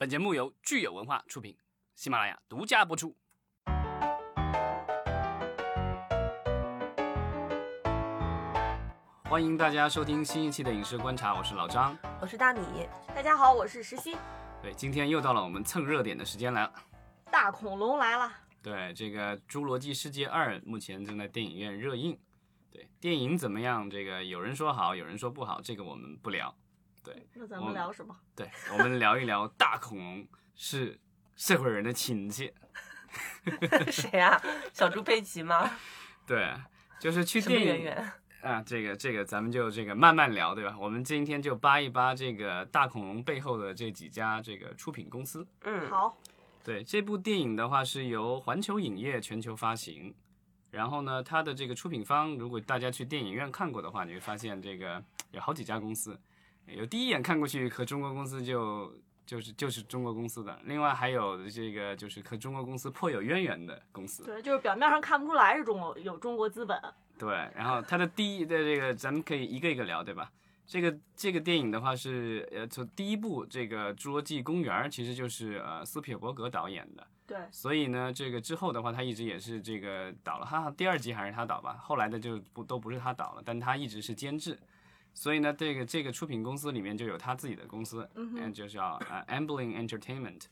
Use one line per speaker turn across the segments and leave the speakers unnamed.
本节目由聚友文化出品，喜马拉雅独家播出。欢迎大家收听新一期的《影视观察》，我是老张。
我是大米，大家好，我是石溪。
对，今天又到了我们蹭热点的时间来了。
大恐龙来了，
对，这个《侏罗纪世界二》目前正在电影院热映。对，电影怎么样？这个有人说好，有人说不好，这个我们不聊。
那咱
嗯
们聊什么？
对，我们聊一聊大恐龙是社会人的亲戚。
谁呀？小猪佩奇吗？
对， 就是去
什么
电影
圆圆？
啊，这个这个咱们就这个慢慢聊，对吧？我们今天就扒一扒这个大恐龙背后的这几家这个出品公司。
嗯，
好，
对，这部电影的话是由环球影业全球发行，然后呢，它的这个出品方，如果大家去电影院看过的话，你会发现这个有好几家公司，有第一眼看过去和中国公司就就是就是中国公司的，另外还有这个就是和中国公司颇有渊源的公司。
对，就是表面上看不出来是中国有中国资本，
对，然后它的第一的这个，咱们可以一个一个聊，对吧？这个这个电影的话是，呃，从第一部这个《侏罗纪公园》其实就是呃斯皮尔伯格导演的，
对，
所以呢，这个之后的话，他一直也是这个导了，哈哈，第二集还是他导吧，后来的就不都不是他导了，但他一直是监制，所以呢，这个这个出品公司里面就有他自己的公司，
嗯哼
嗯，就叫呃 Amblin Entertainment，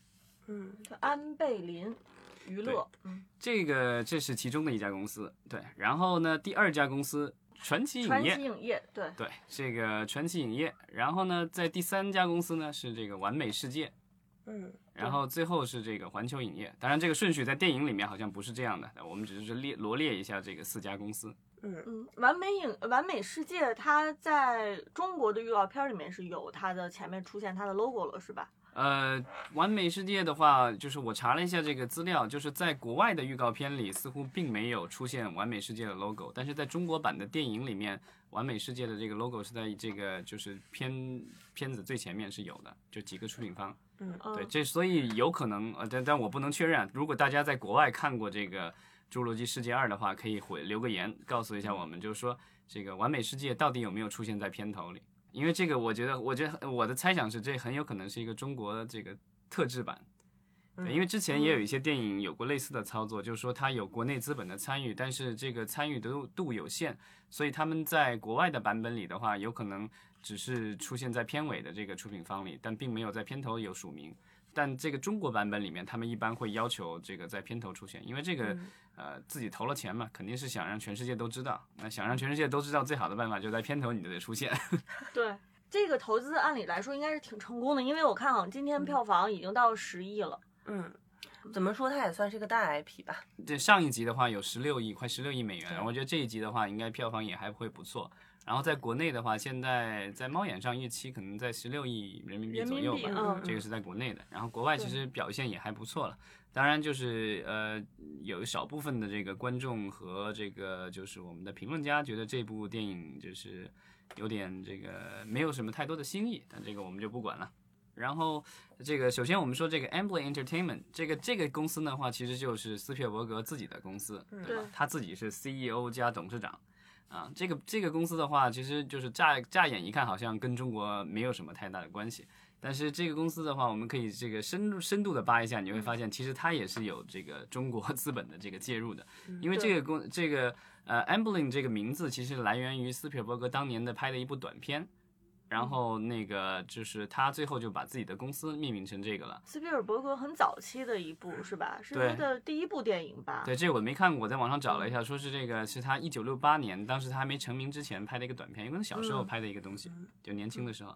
嗯，
就安倍林娱乐，嗯，
这个这是其中的一家公司，对，然后呢，第二家公司传奇影
传
业
奇。影业，对，
对，这个传奇影业，然后呢，在第三家公司呢是这个完美世界，
嗯，
然后最后是这个环球影业。当然，这个顺序在电影里面好像不是这样的，我们只是列罗列一下这个四家公司。
嗯，
嗯，完美影完美世界，它在中国的预告片里面是有它的前面出现它的 logo 了，是吧？
呃，完美世界的话，就是我查了一下这个资料，就是在国外的预告片里似乎并没有出现完美世界的 logo，但是在中国版的电影里面，完美世界的这个 logo 是在这个就是片片子最前面是有的，就几个出品方。
嗯，
对，这所以有可能，呃，但但我不能确认啊。如果大家在国外看过这个《侏罗纪世界二》的话，可以回留个言，告诉一下我们，就是说这个完美世界到底有没有出现在片头里？因为这个，我觉得，我觉得我的猜想是，这很有可能是一个中国的这个特制版。对，
嗯
因为之前也有一些电影有过类似的操作，就是说它有国内资本的参与，但是这个参与度度有限，所以他们在国外的版本里的话，有可能只是出现在片尾的这个出品方里，但并没有在片头有署名。但这个中国版本里面，他们一般会要求这个在片头出现，因为这
嗯
个、呃自己投了钱嘛，肯定是想让全世界都知道。那想让全世界都知道，最好的办法就在片头你就得出现。
对。这个投资按理来说应该是挺成功的，因为我看好像今天票房已经到十亿了。
嗯，怎么说它也算是个大 IP 吧？
这上一集的话有十六亿，快十六亿美元。
对
我觉得这一集的话，应该票房也还会不错。然后在国内的话，现在在猫眼上预期可能在十六亿人民币
人
左
民
右
币
吧。
嗯
这个是在国内的，然后国外其实表现也还不错了。当然就是呃，有少部分的这个观众和这个就是我们的评论家觉得这部电影就是有点这个没有什么太多的新意，但这个我们就不管了。然后这个首先我们说这个 Amblin Entertainment 这个这个公司的话，其实就是斯皮尔伯格自己的公司，对吧
对？
他自己是 CEO 加董事长。啊，这个这个公司的话，其实就是乍乍眼一看好像跟中国没有什么太大的关系，但是这个公司的话，我们可以这个深入深度的扒一下，你会发现其实它也是有这个中国 资本的这个介入的，因为这个公这个呃 Amblin 这个名字其实来源于斯皮尔伯格当年的拍的一部短片。然后那个就是他最后就把自己的公司命名成这个了。
斯皮尔伯格很早期的一部是吧？是
对
他的第一部电影吧？
对，这个我没看过，我在网上找了一下，说是这个是他一九六八年，当时他还没成名之前拍的一个短片，因为他小时候
嗯
拍的一个东西，
嗯
就年轻的时候。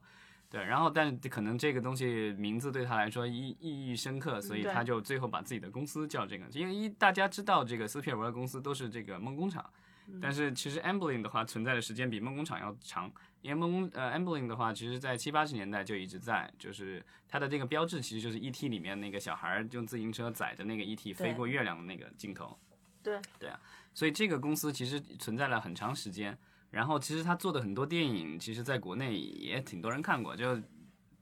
对，然后但是可能这个东西名字对他来说意意义深刻，所以
对
他就最后把自己的公司叫这个，因为一大家知道这个斯皮尔伯格公司都是这个梦工厂，但是其实 Amblin 的话存在的时间比梦工厂要长，因为梦工呃 Amblin 的话，其实在七八十年代就一直在，就是它的这个标志其实就是 E.T. 里面那个小孩儿用自行车载着那个 E.T. 飞
对
过月亮的那个镜头。
对
对啊，所以这个公司其实存在了很长时间。然后其实他做的很多电影，其实在国内也挺多人看过，就。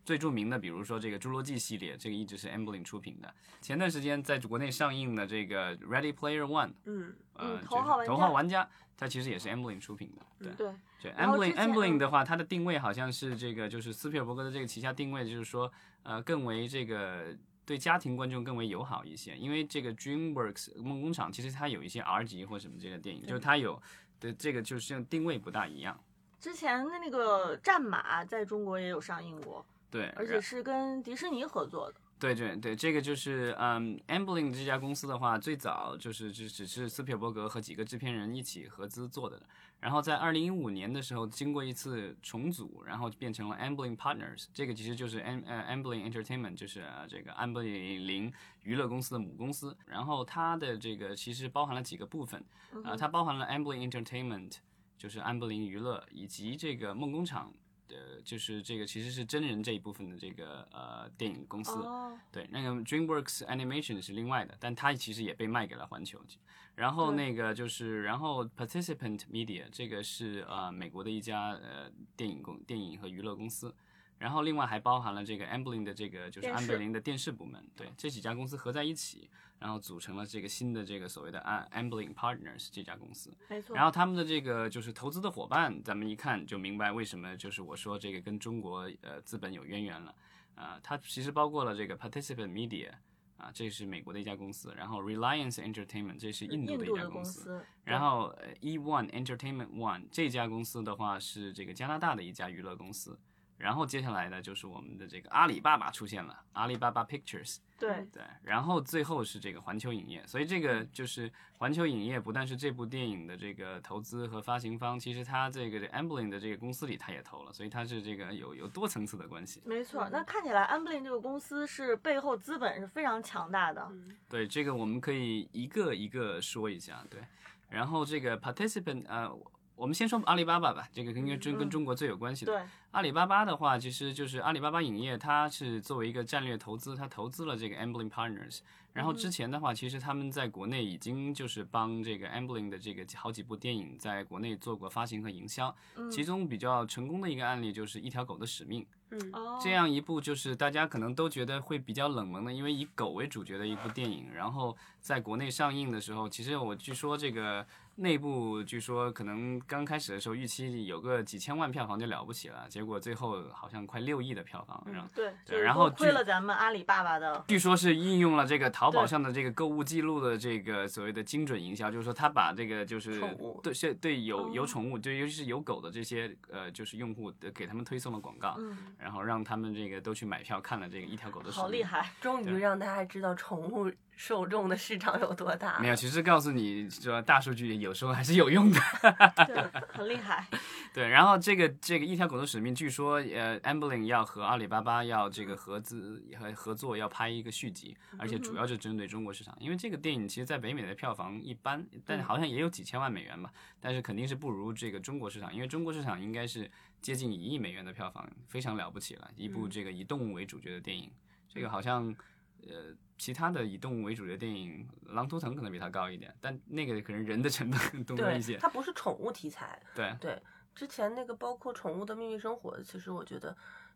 最著名的，比如说这个《侏罗纪》系列，这个一直是 Amblin 出品的。前段时间在国内上映的这个《Ready Player One》，
嗯，
呃，
嗯
就
头
是
号玩
头
家嗯
号玩家，它其实也是 Amblin 出品的。对，
对，
对
然后
Amblin
之前
Amblin 的话，它的定位好像是这个，就是斯皮尔伯格的这个旗下定位，就是说，呃，更为这个对家庭观众更为友好一些。因为这个 DreamWorks 梦工厂其实它有一些 R 级或什么这个电影，就是它有的这个就是定位不大一样。
之前的那个《战马》在中国也有上映过，
对，
而且是跟迪士尼合作的。
对对对，这个就是嗯，Amblin 这家公司的话，最早就是只只是斯皮尔伯格和几个制片人一起合资做的，然后在二零一五年的时候，经过一次重组，然后变成了 Amblin Partners，这个其实就是 Am 呃 Amblin Entertainment，就是、呃这个安布林娱乐公司的母公司。然后它的这个其实包含了几个部分，
嗯
啊，
哼
它包含了 Amblin Entertainment，就是安布林娱乐，以及这个梦工厂。呃，就是这个其实是真人这一部分的这个呃电影公司，
哦，
对，那个 DreamWorks Animation 是另外的，但它其实也被卖给了环球。然后
对
那个就是，然后 Participant Media 这个是呃美国的一家呃电影公电影和娱乐公司。然后另外还包含了这个 Amblin 的这个就是
电
安
视
贝林的电视部门，对这几家公司合在一起，然后组成了这个新的这个所谓的 Am- Amblin Partners 这家公司。
没错。
然后他们的这个就是投资的伙伴，咱们一看就明白为什么就是我说这个跟中国呃资本有渊源了啊、它其实包括了这个 Participant Media 啊、这是美国的一家公司，然后 Reliance Entertainment 这是印度的一家
的
公司，
司，
然后 E One Entertainment One 这家公司的话是这个加拿大的一家娱乐公司，然后接下来呢就是我们的这个阿里巴巴出现了，阿里巴巴 Pictures。
对
对，然后最后是这个环球影业，所以这个就是环球影业不但是这部电影的这个投资和发行方，其实它这个 Amblin 的这个公司里它也投了，所以它是这个有有多层次的关系。
没错。
嗯
那看起来安布林这个公司是背后资本是非常强大的。
嗯
对，这个我们可以一个一个说一下。对，然后这个 participant 呃，我们先说阿里巴巴吧，这个应该跟
嗯
跟中国最有关系的。
对，
阿里巴巴的话，其实就是阿里巴巴影业，它是作为一个战略投资，它投资了这个 Amblin Partners。然后之前的话，其实他们在国内已经就是帮这个 Amblin 的这个好几部电影在国内做过发行和营销。
嗯，
其中比较成功的一个案例就是《一条狗的使命》，
嗯
哦，
这样一部就是大家可能都觉得会比较冷门的，因为以狗为主角的一部电影，然后在国内上映的时候，其实我据说这个内部据说可能刚开始的时候预期有个几千万票房就了不起了，结果最后好像快六亿的票房，然后。
对，
对
就是
然后
多亏
据
了咱们阿里爸爸的，
据说是应用了这个淘宝
对
上的这个购物记录的这个所谓的精准营销，就是说他把这个就是
宠物
对是对有有
哦
宠物，就尤其是有狗的这些呃就是用户呃给他们推送了广告，
嗯，
然后让他们这个都去买票看了这个一条狗的
好
视
厉
频。
害。
终于
对
让大家知道宠物受众的市场有多
啊
大。
没有，其实告诉你说大数据有时候还是有用的。
对，很厉害。
对，然后这个这个一条狗的使命，据说呃，Amblin 要和阿里巴巴要这个合资和合作，要拍一个续集，
嗯
而且主要是针对中国市场，因为这个电影其实在北美的票房一般，
嗯
但好像也有几千万美元吧，但是肯定是不如这个中国市场，因为中国市场应该是接近一亿美元的票房，非常了不起了，一部
嗯
这个以动物为主角的电影，这个好像呃。其他的以动物为主角的电影，《狼图腾》可能比它高一点，但那个可能人的成本更多
对
一些，。
它不是宠物题材。
对，
对，之前那个包括《宠物的秘密生活》，其实我觉得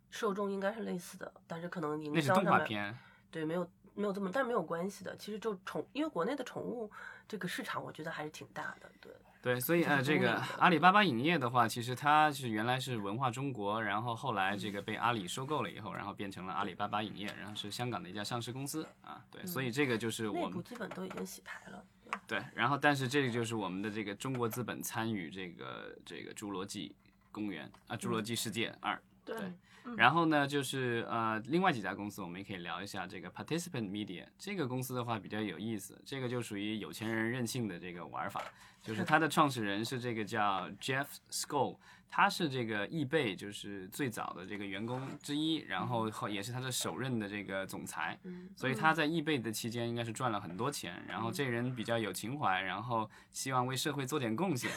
受众应该是类似的，但是可能营
那是
销上
动画
面
片。
对，没有没有这么，但是没有关系的。其实就宠，因为国内的宠物这个市场，我觉得还是挺大的。对，
对，所以
这是
呃，这
公
个
领的
阿里巴巴影业的话，其实它是原来是文化中国，然后后来这个被阿里收购了以后，然后变成了阿里巴巴影业，然后是香港的一家上市公司啊。对，所以这个就是我
内部
们
基本都已经洗牌了。
对，然后但是这个就是我们的这个中国资本参与这个这个《侏罗纪公园》啊，《侏罗纪世界二》
对
对
嗯
然后呢，就是呃，另外几家公司我们也可以聊一下这个 Participant Media 这个公司的话比较有意思，这个就属于有钱人任性的这个玩法，就是它的创始人是这个叫 Jeff Skoll，他是这个易贝就是最早的这个员工之一，然后后也是他的首任的这个总裁，
嗯，
所以他在易贝的期间应该是赚了很多钱，然后这人比较有情怀，然后希望为社会做点贡献，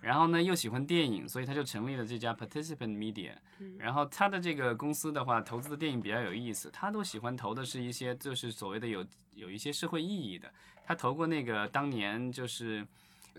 然后呢又喜欢电影，所以他就成立了这家 Participant Media。然后他的这个公司的话，投资的电影比较有意思，他都喜欢投的是一些就是所谓的有有一些社会意义的。他投过那个当年就是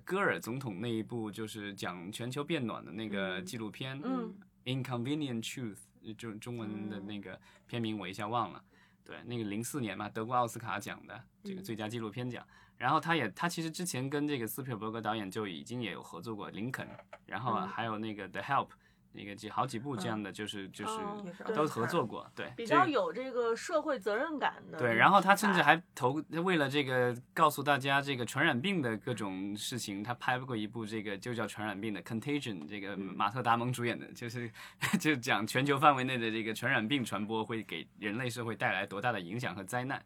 戈尔总统那一部就是讲全球变暖的那个
嗯
纪录片《
嗯
Inconvenient Truth》，就中文的那个片名我一下忘了。对，那个零四年嘛，德国奥斯卡奖的这
嗯
个最佳纪录片奖。然后他也他其实之前跟这个斯皮尔伯格导演就已经也有合作过《林肯》，然后啊
嗯
还有那个《The Help》，那个几好几部这样的， 就是就是
哦
也是啊
对
都合作过。对，
比
这
较
个
有这个社会责任感的。
对，然后他甚至还投为了这个告诉大家这个传染病的各种事情，他拍过一部这个就叫《传染病》的《Contagion》，这个马特·达蒙主演的，就是 就讲全球范围内的这个传染病传播会给人类社会带来多大的影响和灾难。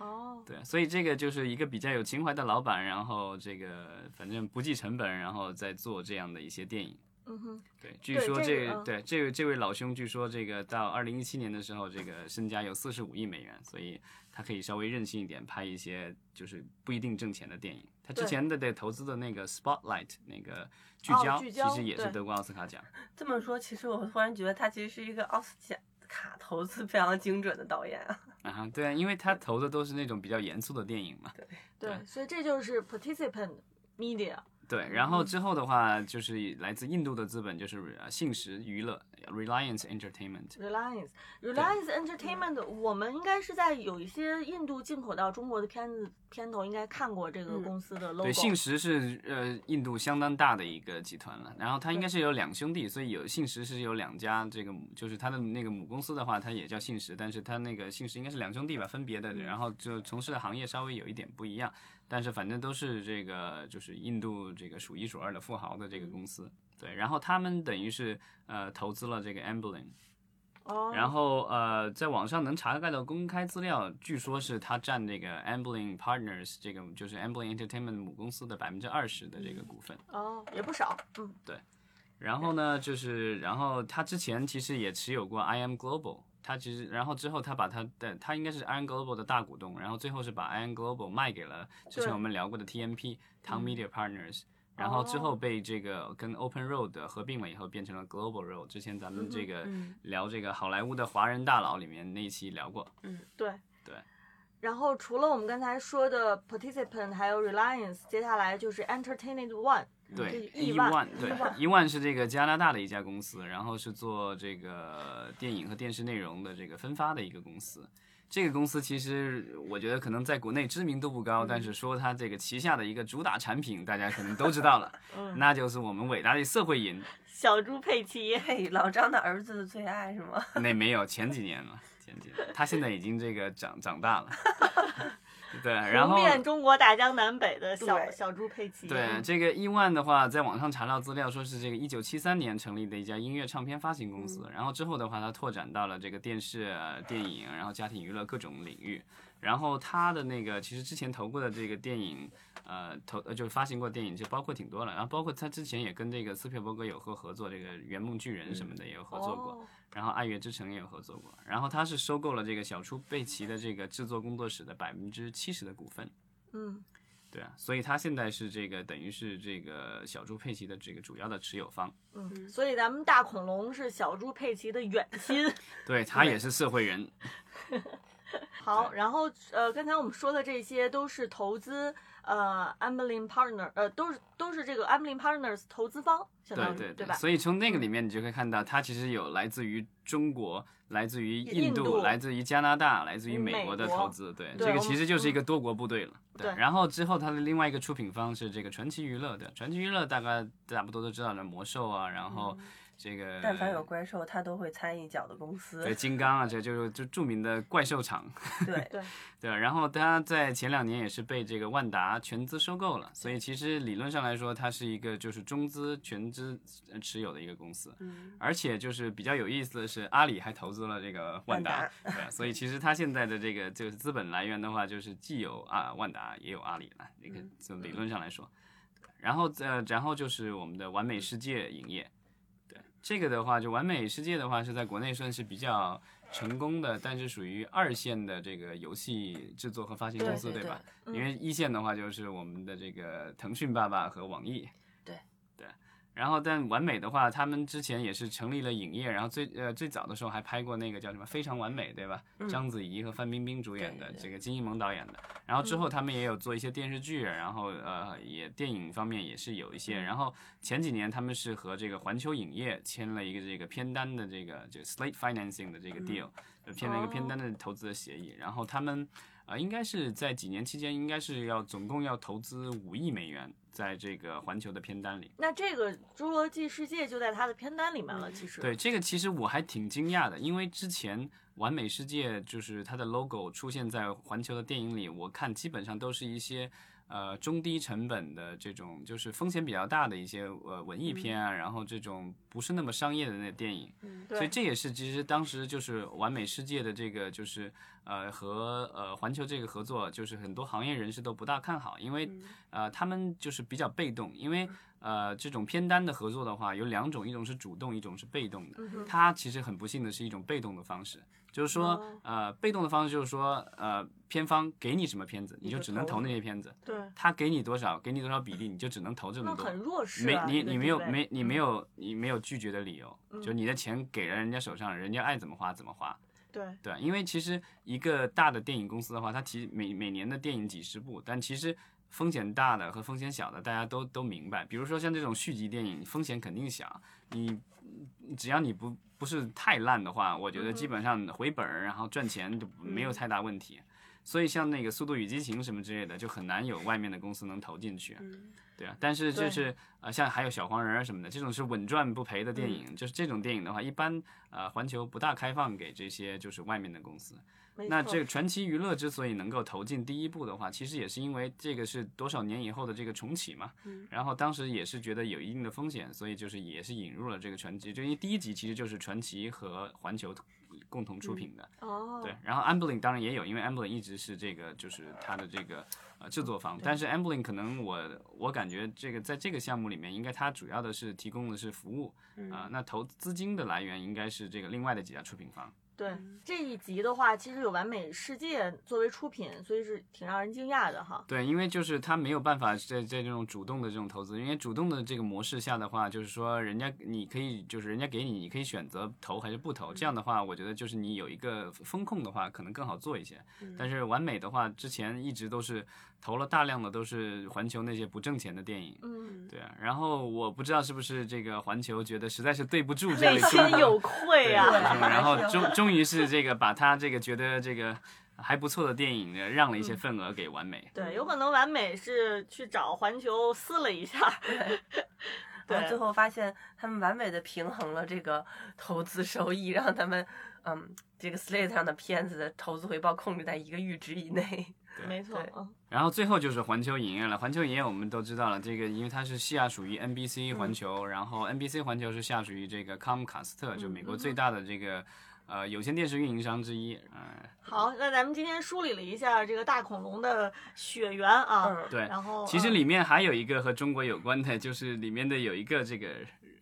哦，
对，啊所以这个就是一个比较有情怀的老板，然后这个反正不计成本，然后再做这样的一些电影。
嗯哼，
对，据
对
说
这
这
个嗯
对这位这位老兄，据说这个到二零一七年的时候，这个身家有四十五亿美元，所以他可以稍微任性一点，拍一些就是不一定挣钱的电影。他之
对
前的对投资的那个 Spotlight 那个聚
哦
焦，
聚焦
其实也是
对
得过奥斯卡奖。
这么说，其实我突然觉得他其实是一个奥斯卡投资非常精准的导演啊。
啊哈，对啊，因为他投的都是那种比较严肃的电影嘛。对
对，所以这就是 participant media。
对，然后之后的话就是来自印度的资本，就是呃信实娱乐 Reliance Entertainment。
Reliance Reliance Entertainment，我们应该是在有一些印度进口到中国的片子片头应该看过这个
嗯
公司的 logo。
对，信实是呃印度相当大的一个集团了，然后它应该是有两兄弟，所以有信实是有两家这个母，就是它的那个母公司的话，它也叫信实，但是它那个信实应该是两兄弟吧，分别
嗯
的，然后就从事的行业稍微有一点不一样，但是反正都是这个就是印度这个数一数二的富豪的这个公司。对，然后他们等于是呃投资了这个 Amblin，
哦，
然后呃，在网上能查看到公开资料，据说是他占这个 Amblin Partners 这个就是 Amblin Entertainment 母公司的百分之二十的这个股份。
哦也不少，嗯，
然后呢，就是然后他之前其实也持有过 I M Global，他其实然后之后他把他的他应该是 I M Global 的大股东，然后最后是把 I M Global 卖给了之前
对
我们聊过的 T M P
嗯
Town Media Partners。然后之
哦
后被这个跟 Open Road 合并了以后，变成了 Global Road。之前咱们这个
嗯
聊这个好莱坞的华人大佬里面那一期聊过，
对
对。
然后除了我们刚才说的 participant，还有 Reliance，接下来就是 Entertainment One，这嗯
对，E
是，亿万
万，对，亿万是这个加拿大的一家公司，然后是做这个电影和电视内容的这个分发的一个公司。这个公司其实我觉得可能在国内知名度不高，
嗯
但是说它这个旗下的一个主打产品，大家可能都知道了，
嗯，
那就是我们伟大的社会银。
小猪佩奇，
嘿，老张的儿子的最爱是吗？
那没有，前几年了，前几年，他现在已经这个长长大 了。 对，然
红
后
遍中国大江南北的小
对
小猪佩奇，
对，这个亿万的话，在网上查到资料说是这个一九七三年成立的一家音乐唱片发行公司，然后之后的话，它拓展到了这个电视、呃电影，然后家庭娱乐各种领域。然后它的那个其实之前投过的这个电影，呃，投呃就是发行过电影就包括挺多了，然后包括他之前也跟这个斯皮尔伯格有过合作，这个《圆梦巨人》什么的也有合作过。
哦
然后《爱乐之城》也有合作过，然后他是收购了这个小猪贝奇的这个制作工作室的百分之七十的股份，
嗯，
对啊，所以他现在是这个等于是这个小猪佩奇的这个主要的持有方，
嗯，所以咱们大恐龙是小猪佩奇的远 亲。
对他也是社会人，
好，
对
然后呃，刚才我们说的这些都是投资呃 Amblin Partner，呃，都是都是这个 Amblin Partners 投资方，相当
对
于
对
吧？嗯
所以从那个里面你就可以看到，他其实有来自于中国、来自于印
印度
来自于加拿大、来自于
嗯
美
美
国的
国
投资，对，
对
这个
我们嗯
其实就是一个多国部队了。
对
然后之后他的另外一个出品方是这个传奇娱乐的，传奇娱乐大概差不多都知道的魔兽啊，然
嗯
后这个
但凡有怪兽，他都会参一脚的公司。
对金刚啊，这就是就著名的怪兽厂。
对
对
对，然后它在前两年也是被这个万达全资收购了，所以其实理论上来说，它是一个就是中资全资呃持有的一个公司，
嗯，
而且就是比较有意思的是，阿里还投资了这个万达，对，所以其实它现在的这个就是资本来源的话，就是既有啊万达也有阿里了，这
嗯
个就理论上来说，然后呃，然后就是我们的完美世界影业，对这个的话，就完美世界的话是在国内算是比较成功的，但是属于二线的这个游戏制作和发行公司，
对
吧？
嗯
因为一线的话就是我们的这个腾讯爸爸和网易，
对
对。然后，但完美的话，他们之前也是成立了影业，然后最呃最早的时候还拍过那个叫什么《非常完美》，对吧？
嗯
章子怡和范冰冰主演的，
对对嗯
这个金一萌导演的。然后之后他们也有做一些电视剧，然后呃也电影方面也是有一
嗯
些。然后前几年他们是和这个环球影业签了一个这个片单的这个就 slate financing 的这
嗯
个 deal，、就签了一个片
哦
单的投资的协议。然后他们呃应该是在几年期间，应该是要总共要投资五亿美元在这个环球的片单里。
那这个《侏罗纪世界》就在他的片单里面了，其实。
嗯对，这个其实我还挺惊讶的，因为之前完美世界就是它的 logo 出现在环球的电影里，我看基本上都是一些呃中低成本的这种，就是风险比较大的一些呃文艺片啊，然后这种不是那么商业的那电影。所以
对，
这也是其实当时就是完美世界的这个就是呃和呃环球这个合作，就是很多行业人士都不大看好，因
嗯
为呃他们就是比较被动，因为呃这种片单的合作的话有两种，一种是主动，一种是被动的。
嗯哼，
它其实很不幸的是一种被动的方式，就是说
哦
呃被动的方式就是说呃片方给你什么片子，你就只能投那些片子，
对，
他给你多少给你多少比例，你就只能投这么
那
多。
很弱势
没
啊。
你
这个
你没
地
有
位
没你没有你没有拒绝的理由，就
嗯
你的钱给了人家手上，人家爱怎么花怎么花，
对，
对，因为其实一个大的电影公司的话，它其每每年的电影几十部，但其实风险大的和风险小的大家都都明白，比如说像这种续集电影，风险肯定小，你只要你不不是太烂的话，我觉得基本上回本儿，然后赚钱就没有太大问题。所以像那个《速度与激情》什么之类的，就很难有外面的公司能投进去。
嗯
对啊，但是就
对
是呃，像还有小黄人儿什么的，这种是稳赚不赔的电影，就是这种电影的话，一般呃环球不大开放给这些就是外面的公司。
没
那
错
这个传奇娱乐之所以能够投进第一部的话，其实也是因为这个是多少年以后的这个重启嘛，
嗯
然后当时也是觉得有一定的风险，所以就是也是引入了这个传奇，就因为第一集其实就是传奇和环球共同出品的，
哦，
对，然后 Amblin 当然也有，因为 Amblin 一直是这个就是它的这个呃制作方，但是 Amblin 可能我我感觉这个在这个项目里面，应该它主要的是提供的是服务
嗯
啊、那投资金的来源应该是这个另外的几家出品方。
对这一集的话，其实有完美世界作为出品，所以是挺让人惊讶的哈。
对，因为就是他没有办法在在这种主动的这种投资，因为主动的这个模式下的话，就是说人家你可以就是人家给你，你可以选择投还是不投。这样的话，我觉得就是你有一个风控的话，可能更好做一些。
嗯
嗯
但是完美的话，之前一直都是投了大量的都是环球那些不挣钱的电影。
嗯，
对啊，然后我不知道是不是这个环球觉得实在是对不住这
内
位中
心
国
有愧啊呀、
对就是然 后
还是
终终于是这个把他这个觉得这个还不错的电影呢让了一
嗯
些份额给完美。
对，有可能完美是去找环球撕了一下。
然后最
对，
后发现他们完美的平衡了这个投资收益，让他们嗯这个 slate 上的片子的投资回报控制在一个阈值以内。
没错
对，
嗯，
然后最后就是环球影业了。环球影业我们都知道了，这个因为它是下属于 NBC
嗯
环球，然后 NBC 环球是下属于这个康姆卡斯特，就美国最大的这
嗯
个呃有线电视运营商之一。嗯，
好，那咱们今天梳理了一下这个大恐龙的血缘啊，
嗯，
哦对。
然后
其实里面还有一个和中国有关的，就是里面的有一个这个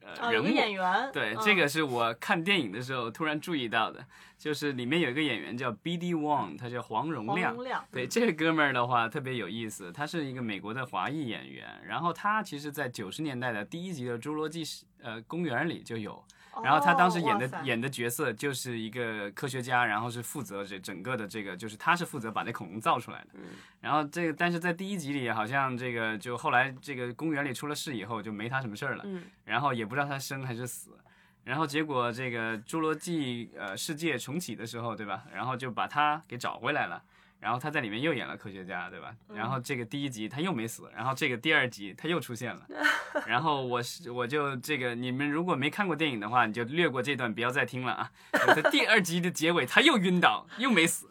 啊
呃
有
人
个
物
演员，
对，
嗯
这个是我看电影的时候突然注意到的，就是里面有一个演员叫 B.D. Wong，他叫黄荣
黄
亮
荣。亮，
对这个哥们儿的话特别有意思，他是一个美国的华裔演员，然后他其实，在九十年代的第一集的《侏罗纪世呃公园》里就有，然后他当时演的、
哦哇塞
演的角色就是一个科学家，然后是负责这整个的这个，就是他是负责把那恐龙造出来的。
嗯
然后这个，但是在第一集里，好像这个就后来这个公园里出了事以后，就没他什么事儿了。
嗯
然后也不知道他生还是死。然后结果这个侏罗纪呃世界重启的时候，对吧？然后就把他给找回来了。然后他在里面又演了科学家，对吧？然后这个第一集他又没死，然后这个第二集他又出现了。然后我是我就这个，你们如果没看过电影的话，你就略过这段，不要再听了啊。 在第二集的结尾他又晕倒，又没死。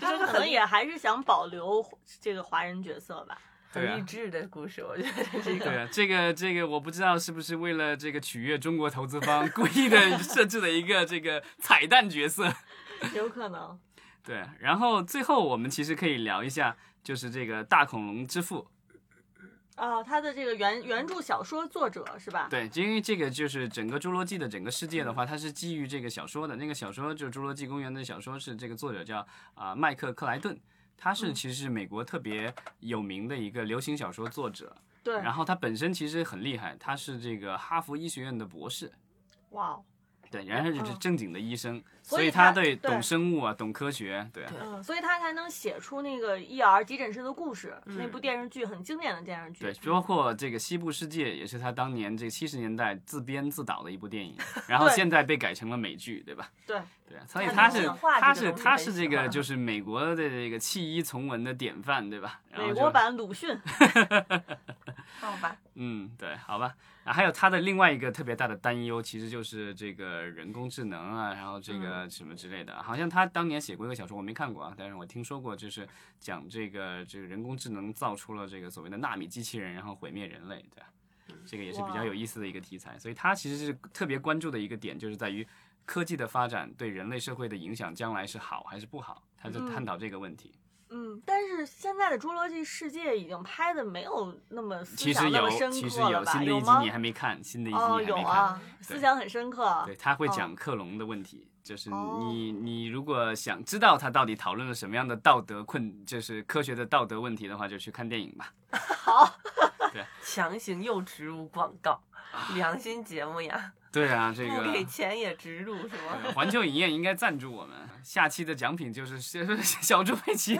他们可能也还是想保留这个华人角色 吧。
很
对啊
励志的故事，我觉得这是一
对
个。
啊，这个这个我不知道是不是为了这个取悦中国投资方，故意的设置了一个这个彩蛋角色。
有可能，
对，然后最后我们其实可以聊一下，就是这个大恐龙之父。
啊，他的这个原原著小说作者是吧？
对，因为这个就是整个《侏罗纪》的整个世界的话，它是基于这个小说的。那个小说就是《侏罗纪公园》的小说，是这个作者叫啊、
嗯
麦克克莱顿，他是其实是美国特别有名的一个流行小说作者。
对，
然后他本身其实很厉害，他是这个哈佛医学院的博士，
哇哦，
对，然后就是
嗯
正经的医生，
所
所
以
以
他
对
对
懂生物啊，懂科学，对
对
嗯，所以他才能写出那个 ER 急诊室的故事，那部
嗯
电视剧很经典的电视剧。嗯
对，包括这个《西部世界》也是他当年这七十年代自编自导的一部电 影，然后
对
现在被改成了美剧，对吧？
对
对，所以
看
他
流
是
行化
他
这个
是
东西
他
很
是
喜
这个
欢
就是美国的这个弃医从文的典范，对吧？然后
美
就
国版鲁迅，
好吧，
嗯，对，好吧。啊，还有他的另外一个特别大的担忧，其实就是这个人工智能啊，然后这
嗯
个什么之类的。好像他当年写过一个小说，我没看过啊，但是我听说过，就是讲这个这个人工智能造出了这个所谓的纳米机器人，然后毁灭人类，对吧？这个也是比较
嗯哇
有意思的一个题材。所以他其实是特别关注的一个点，就是在于科技的发展对人类社会的影响，将来是好还是不好，他在
嗯
探讨这个问题。
嗯，但是现在的《侏罗纪世界》已经拍的没有那么思
其实
想那
有
么，深
其实
刻了
有，
吧？
新的一集
吗
你？还没看，新的一集
哦，
你
有
还没看。
啊，
对
思想很深刻。
对，他会
哦
讲克隆的问题，就是
哦
你你如果想知道他到底讨论了什么样的道德困，就是科学的道德问题的话，就去看电影吧。
强行又植入广告，良心节目呀，
对啊，这
不
个哎呃
给钱也植入是吗？
环球影业应该赞助我们，下期的奖品就是 小猪佩奇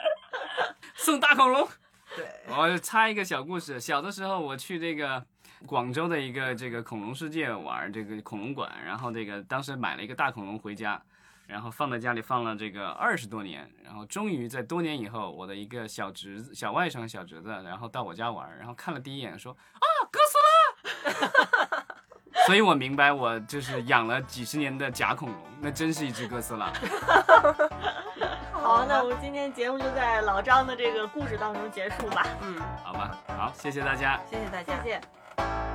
送大恐龙。
对，
我插一个小故事，小的时候我去这个广州的一个这个恐龙世界玩这个恐龙馆，然后这个当时买了一个大恐龙回家，然后放在家里放了这个二十多年，然后终于在多年以后，我的一个小侄子、小外甥、小侄子，然后到我家玩，然后看了第一眼说啊，割死了。 所以我明白，我就是养了几十年的假恐龙，那真是一只哥斯拉。
好，那我们今天节目就在老张的这个故事当中结束吧，
嗯，
好吧，好，谢谢大家。
谢谢大
谢
家。
谢。